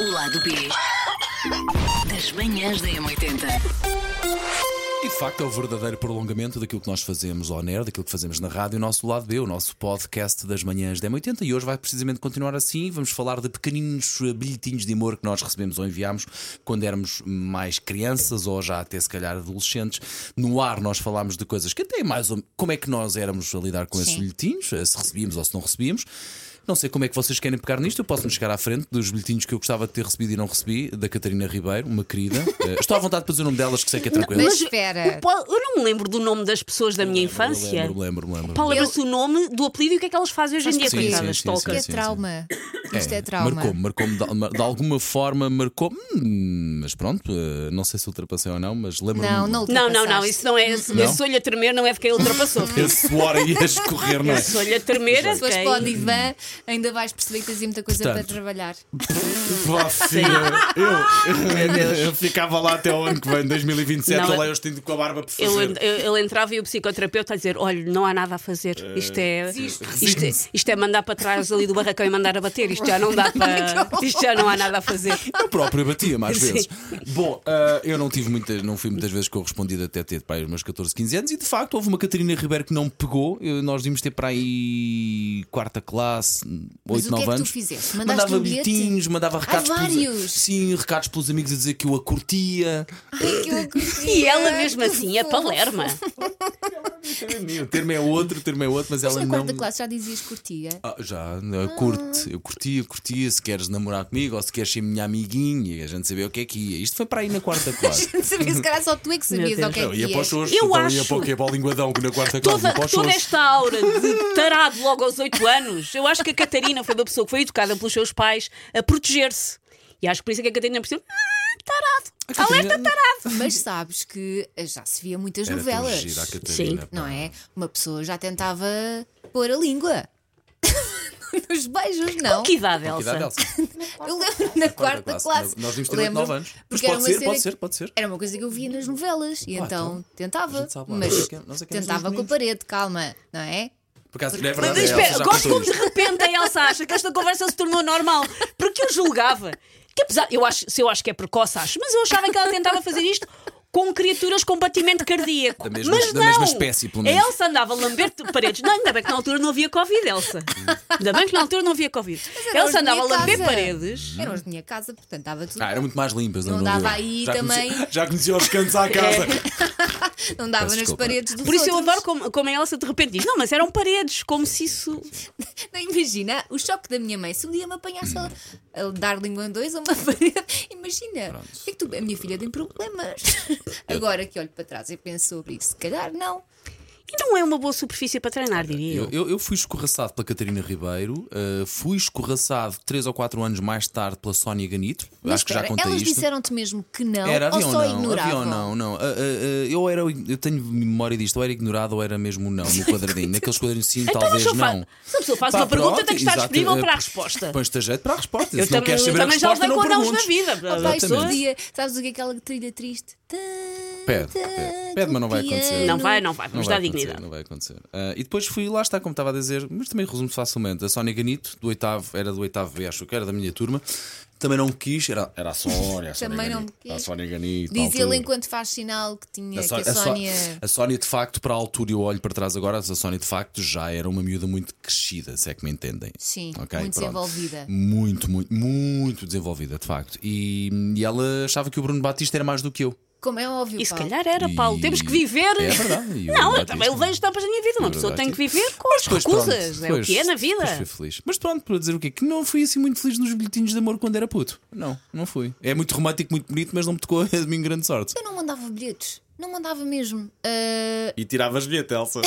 O lado B das manhãs da M80. E de facto é o verdadeiro prolongamento daquilo que nós fazemos ao NER, daquilo que fazemos na rádio, o nosso lado B, o nosso podcast das manhãs da M80. E hoje vai precisamente continuar assim. Vamos falar de pequeninos eh, bilhetinhos de amor que nós recebemos ou enviámos quando éramos mais crianças ou já até se calhar adolescentes. No ar nós falámos de coisas que até mais. ou- Como é que nós éramos a lidar com esses Sim. bilhetinhos, eh, se recebíamos ou se não recebíamos. Não sei como é que vocês querem pegar nisto. Eu posso-me chegar à frente dos bilhetinhos que eu gostava de ter recebido e não recebi, da Catarina Ribeiro, uma querida. Eh, Estou à vontade de dizer o nome delas, que sei que é tranquilo. Mas espera. o Paulo- eu não me lembro do nome das pessoas da minha infância. Lembro, lembro, lembro. Paulo lembra-se o nome do apelido e o que é que elas fazem hoje em Acho dia, que sim, coitadas, sim, sim, Isto é tocas. sim. trauma. Isto é trauma. Marcou-me, marcou-me de, de alguma forma, marcou Hum, mas pronto, eh, não sei se ultrapassei ou não, mas lembro-me. Não, não Não, não, não, ultrapassaste. isso não é. Esse, esse olho a tremer não é de quem ele ultrapassou. Esse suor aí a escorrer, não é? esse olho a tremer é Se fores de para o quem. divã, ainda vais perceber que tens aí muita coisa Portanto. para trabalhar. Vá, filha, eu, eu ficava lá até o ano que vem, 2027, Não, lá eu estive com a barba por Ele, fazer. ele- ele entrava e o psicoterapeuta a dizer: Olha, não há nada a fazer. Eh, Isto é, isto, é- isto é mandar para trás ali do barracão e mandar a bater. Isto já não dá para. Isto já não há nada a fazer. Eu próprio batia mais Sim. vezes. Bom, ah, eu não tive muitas, não fui muitas vezes correspondido até ter para aí os meus 14, 15 anos e de facto houve uma Catarina Ribeiro que não me pegou. Eu- nós vimos ter para aí quarta classe, 8, Mas o que 9 é que tu anos. fizeste? Mandaste Mandava um bilhete? bilhetinhos, mandava recados pelos, vários? sim, recados pelos amigos a dizer que eu a curtia. Ai, que eu curtia. E ela mesmo assim, a Palerma. O termo é outro, o termo é outro, mas Mas ela na não. quarta classe já dizias curtia. Ah, já, eu curte, eu curtia, curtia. Se queres namorar comigo ou se queres ser minha amiguinha, e a gente sabia o que é que ia. Isto foi para aí na quarta classe. Sabias, se calhar só tu é que sabias Deus. ao que é Eu que ia para os ias. shows, Eu então ia acho- para o quê? Para o linguadão, que na quarta classe toda, ia para os toda shows. esta aura de tarado logo aos 8 anos, eu acho que a Catarina foi uma pessoa que foi educada pelos seus pais a proteger-se. E acho que por isso é que a Catarina percebeu. "Ah, Tarado. Alerta tarado! Mas sabes que eh, já se via muitas Era tão novelas. gira a Catarina, Sim. pá. Não é? Uma pessoa já tentava pôr a língua. Nos beijos, não. Que idade, Que é idade, Elsa? Elsa? Eu lembro na quarta classe. Nós vimos ter 8, Lembro-me, 9 anos. Mas porque era pode uma ser, cena pode que- ser, pode ser. Ah, Era uma coisa que eu via nas Uhum. novelas e então A tentava, gente sabe lá, nós é mas que- nós é que éramos tentava uns com a parede, calma, não é? Por acaso, não é Mas verdade, a Elsa espera, já gosto contou como isto. de repente a Elsa acha que esta conversa se tornou normal. Porque eu julgava. Que apesar, eu acho, se eu acho que é precoce, acho, mas eu achava que ela tentava fazer isto. Com criaturas com batimento cardíaco. Da mesma- mas da não. mesma espécie, pelo menos. A Elsa andava a lamber t- paredes. Não, ainda bem que na altura não havia Covid, Elsa. Ainda bem que na altura não havia Covid. era hoje Elsa na andava a minha lamber casa. paredes. Eram as da minha casa, portanto estava tudo. Uhum. Ah, eram muito mais limpas, Não havia. dava aí já também. É. Conhecia, já conhecia os cantos à casa. não dava Peço nas desculpa. paredes dos Por isso eu outros. adoro como, como a Elsa de repente diz: Não, mas eram paredes, como se isso. Não imagina o choque da minha mãe se um dia me apanhasse a, a dar língua em dois a uma parede. Imagina. O que é que tu- a minha filha tem problemas. Agora que olho para trás e penso sobre isso, se calhar não. E não é uma boa superfície para treinar, diria eu. Eu, eu- eu fui escorraçado pela Catarina Ribeiro, uh, fui escorraçado 3 ou 4 anos mais tarde pela Sónia Ganito. Mas acho que já espera, contei elas isto. disseram-te mesmo que não Era, ou havia ou só não? Havia ignoravam? ou não? não. Ah, ah, ah, eu, era, o ig- eu tenho memória disto, ou era ignorado ou era mesmo o não, no quadradinho. Naqueles quadradinhos sim, Então, talvez deixa eu fa- não. se a pessoa faz Pá, uma pergunta, pronto, tem que estar exato, disponível eh, para a resposta. Pois esteja jeito para a resposta. Eu Se não também- queres saber a também já os resposta, dei não com anãos na perguntes. vida. Oh, pá, isto Exatamente. podia- sabes o que é aquela trilha triste? Pede, Pede, pede. Pede, mas não vai acontecer. Não vai, não vai, vamos vai dar acontecer, dignidade. Não vai acontecer. Ah, e depois fui lá, está como estava a dizer, mas também resumo facilmente. A Sónia Ganito, do oitavo, era do oitavo B, acho que era da minha turma, também não quis, era, era a Sónia, a Sónia Também não Ganito, quis. A Sónia Ganito. Diz à altura. ele enquanto faz sinal que É, tinha A, É Só- que a a Só- Sónia. a Sónia, de facto, para a altura, eu olho para trás agora, a Sónia, de facto, já era uma miúda muito crescida, se é que me entendem. Sim, Ok, pronto. muito desenvolvida. Muito, muito, muito desenvolvida, de facto. E, e ela achava que o Bruno Batista era mais do que eu. Como é óbvio. E se Paulo. calhar era, Paulo. E- Temos que viver. É verdade, e o não, eu Batista? também levei as tampas da minha vida. Uma É pessoa verdade. tem que viver com as Pois pronto, recusas. É o pois- que é na vida. Pois fui feliz. Mas pronto, para dizer o quê? Que não fui assim muito feliz nos bilhetinhos de amor quando era puto. Não, não fui. É muito romântico, muito bonito, mas não me tocou a mim grande sorte. Eu não mandava bilhetes. Não mandava mesmo. Ah, E tiravas-lhe a telsa.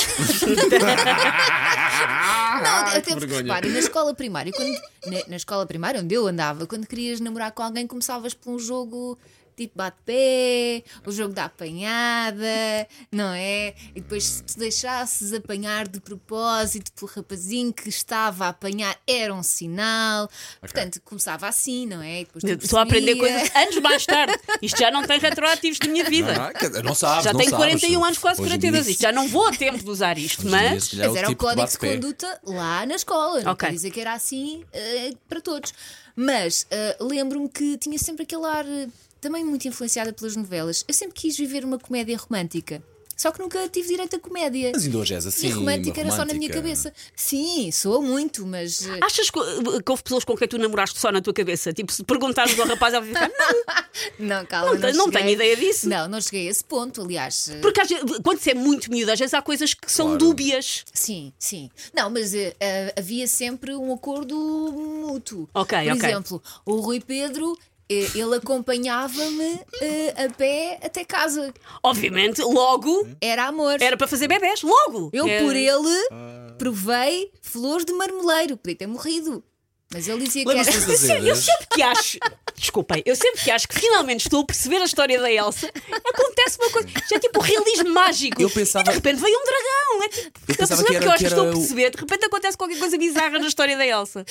não, até que porque vergonha. repara, na escola primária, quando- na, na escola primária onde eu andava, quando querias namorar com alguém, começavas por um jogo Tipo bate-pé, o jogo da apanhada, não é? E depois, se te deixasses apanhar de propósito pelo rapazinho que estava a apanhar, era um sinal. Portanto, começava assim, não é? E depois tu Estou a aprender percebias. coisas anos mais tarde. Isto já não tem retroativos na minha vida. Ah, quer dizer, não sabes, já não tenho sabes. 41 anos, quase Hoje em 42. dia- Isto já não vou a tempo de usar isto, hoje em dia, mas. se calhar, Mas o era tipo o código de, bate-pé. conduta lá na escola. Não Ok. quer dizer que era assim eh, para todos. Mas eh, lembro-me que tinha sempre aquele ar eh, também muito influenciada pelas novelas. Eu sempre quis viver uma comédia romântica. Só que nunca tive direito a comédia. Mas ainda hoje és assim. e romântica era só na minha romântica. cabeça. Sim, soa muito, mas. eh, Achas que, que houve pessoas com quem tu namoraste só na tua cabeça? Tipo, se perguntares ao rapaz, ele vai ficar. não, calma. não tenho- não cheguei- tenho ideia disso. Não, não cheguei a esse ponto, aliás. eh, Porque às vezes- quando se é muito miúdo, às vezes há coisas que são dúbias. Sim, sim. Não, mas eh, eh, havia sempre um acordo mútuo. Ok, Por ok. exemplo, o Rui Pedro, eh, ele acompanhava-me eh, a pé até casa. Obviamente, logo Era amor. era para fazer bebés. Logo! Eu É. por ele Ah. provei flores de marmeleiro. Podia ter morrido. Mas ele dizia que era. Lembras-te das Eu Edas? sempre que acho. Desculpem, eu sempre que acho que finalmente estou a perceber a história da Elsa, acontece uma coisa. Isto é tipo o realismo mágico. Eu pensava- E de repente veio um dragão. É tipo. Eu pensava a pessoa que era- que eu acho que que estou a era o- perceber, de repente acontece qualquer coisa bizarra na história da Elsa.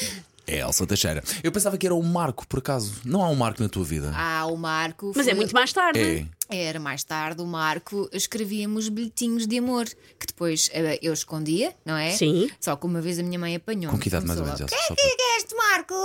É Elsa Teixeira. Eu pensava que era um marco, por acaso. Não há um marco na tua vida. Ah, o Marco. Mas é foi- muito mais tarde. É. Era mais tarde, o Marco escrevíamos bilhetinhos de amor que depois eh, eu escondia, não é? Sim. Só que uma vez a minha mãe apanhou. Com que idade mais ou menos, Elsa? Só para- é este Marco?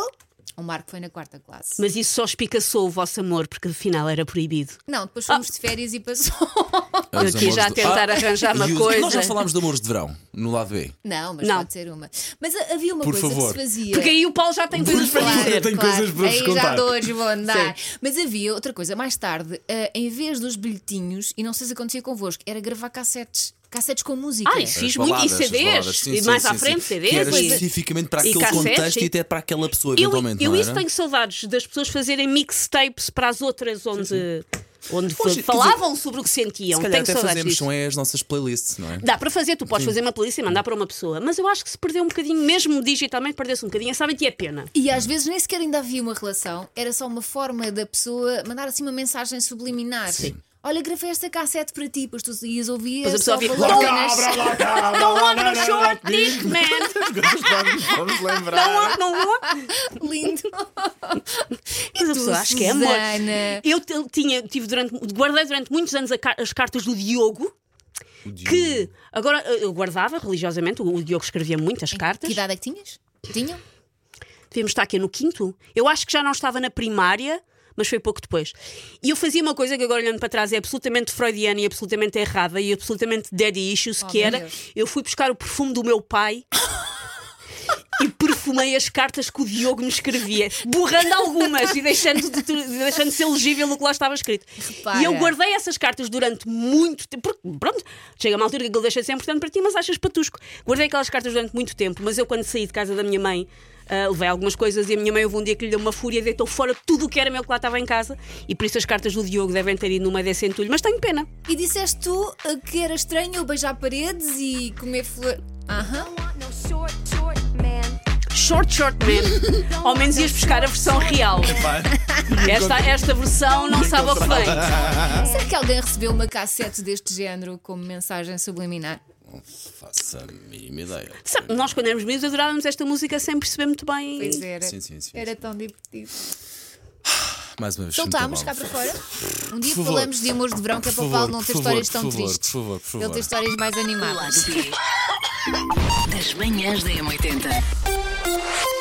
O Marco foi na quarta classe. Mas isso só espicaçou o vosso amor, porque afinal era proibido. Não, Ah. depois fomos de férias e passou. Ah, os Eu aqui já amores a tentar arranjar uma e os- coisa. Nós já falámos de amores de verão, no lado B. Não, mas Não. pode ser uma. Mas ah, havia uma Por coisa favor. que se fazia. Porque aí o Paulo já tem coisas é para Claro, dizer. tenho claro. coisas para vos Aí contar. já de hoje vou andar. Mas havia outra coisa, mais tarde, ah, em vez dos bilhetinhos, e não sei se acontecia convosco, era gravar cassetes. Cassetes com música. Ah, isso. Fiz As muito baladas, em as CDs, baladas. Sim, e sim, mais sim, à sim. frente, CDs, Que era e- especificamente para e aquele cassetes, contexto sim. e até para aquela pessoa, Eu, eventualmente. eu não isso era? tenho saudades das pessoas fazerem mixtapes para as outras onde, onde fa- Hoje, quer falavam sobre o que sentiam. Se calhar Tenho até saudades fazemos, disso. são é as nossas playlists, não é? Dá para fazer, tu podes fazer uma playlist e mandar para uma pessoa, mas eu acho que se perdeu um bocadinho, mesmo digitalmente, perdeu-se um bocadinho, sabe? E é pena. E às vezes nem sequer ainda havia uma relação, era só uma forma da pessoa mandar assim uma mensagem subliminar. Olha, gravei esta cassete para ti, pois tu ias ouvir. Mas a só pessoa fica, baladas. Não abra o short, dick, man! Vamos Não abra, não abra. Lindo. Mas a tu, pessoa, acho que é amor. Susana? Eu te- tinha, tive durante, guardei durante muitos anos a ca- as cartas do Diogo. Que agora eu eu guardava religiosamente, o o Diogo escrevia muitas cartas. Que idade é que tinhas? Tinham? Devíamos estar aqui no quinto. Eu acho que já não estava na primária, mas foi pouco depois. E eu fazia uma coisa que agora olhando para trás é absolutamente freudiana e absolutamente errada e absolutamente daddy issues, que Oh, meu era Deus. eu fui buscar o perfume do meu pai. E perfumei as cartas que o Diogo me escrevia, borrando algumas e deixando de, de- deixando de ser legível o que lá estava escrito. Repara. E eu guardei essas cartas durante muito tempo. Porque, pronto, chega uma altura que aquilo deixa de ser importante para ti, mas achas patusco. Guardei aquelas cartas durante muito tempo, mas eu, quando saí de casa da minha mãe, ah, levei algumas coisas e a minha mãe houve um dia que lhe deu uma fúria, deitou fora tudo o que era meu que lá estava em casa. E por isso as cartas do Diogo devem ter ido numa desse entulho, mas tenho pena. E disseste tu eh, que era estranho eu beijar paredes e comer flor. Então, Aham. No short, short man. Short, short man. Ao menos ias buscar a versão real. Esta, esta versão não sabe o que vem. Será que alguém recebeu uma cassete deste género como mensagem subliminar? Faça a mínima ideia. Sabe, Nós, quando éramos miúdos, adorávamos esta música sem perceber muito bem. Pois é. era. Sim, sim, sim. Era tão divertido. Mais uma vez. Soltámos muito Então tá, cá bom. para fora. Um dia Por favor. falamos de amores de verão, que é para o Por Paulo favor, não ter por histórias favor, tão por favor, tristes. por favor, por Ele ter favor. histórias mais animadas. Das manhãs da M80.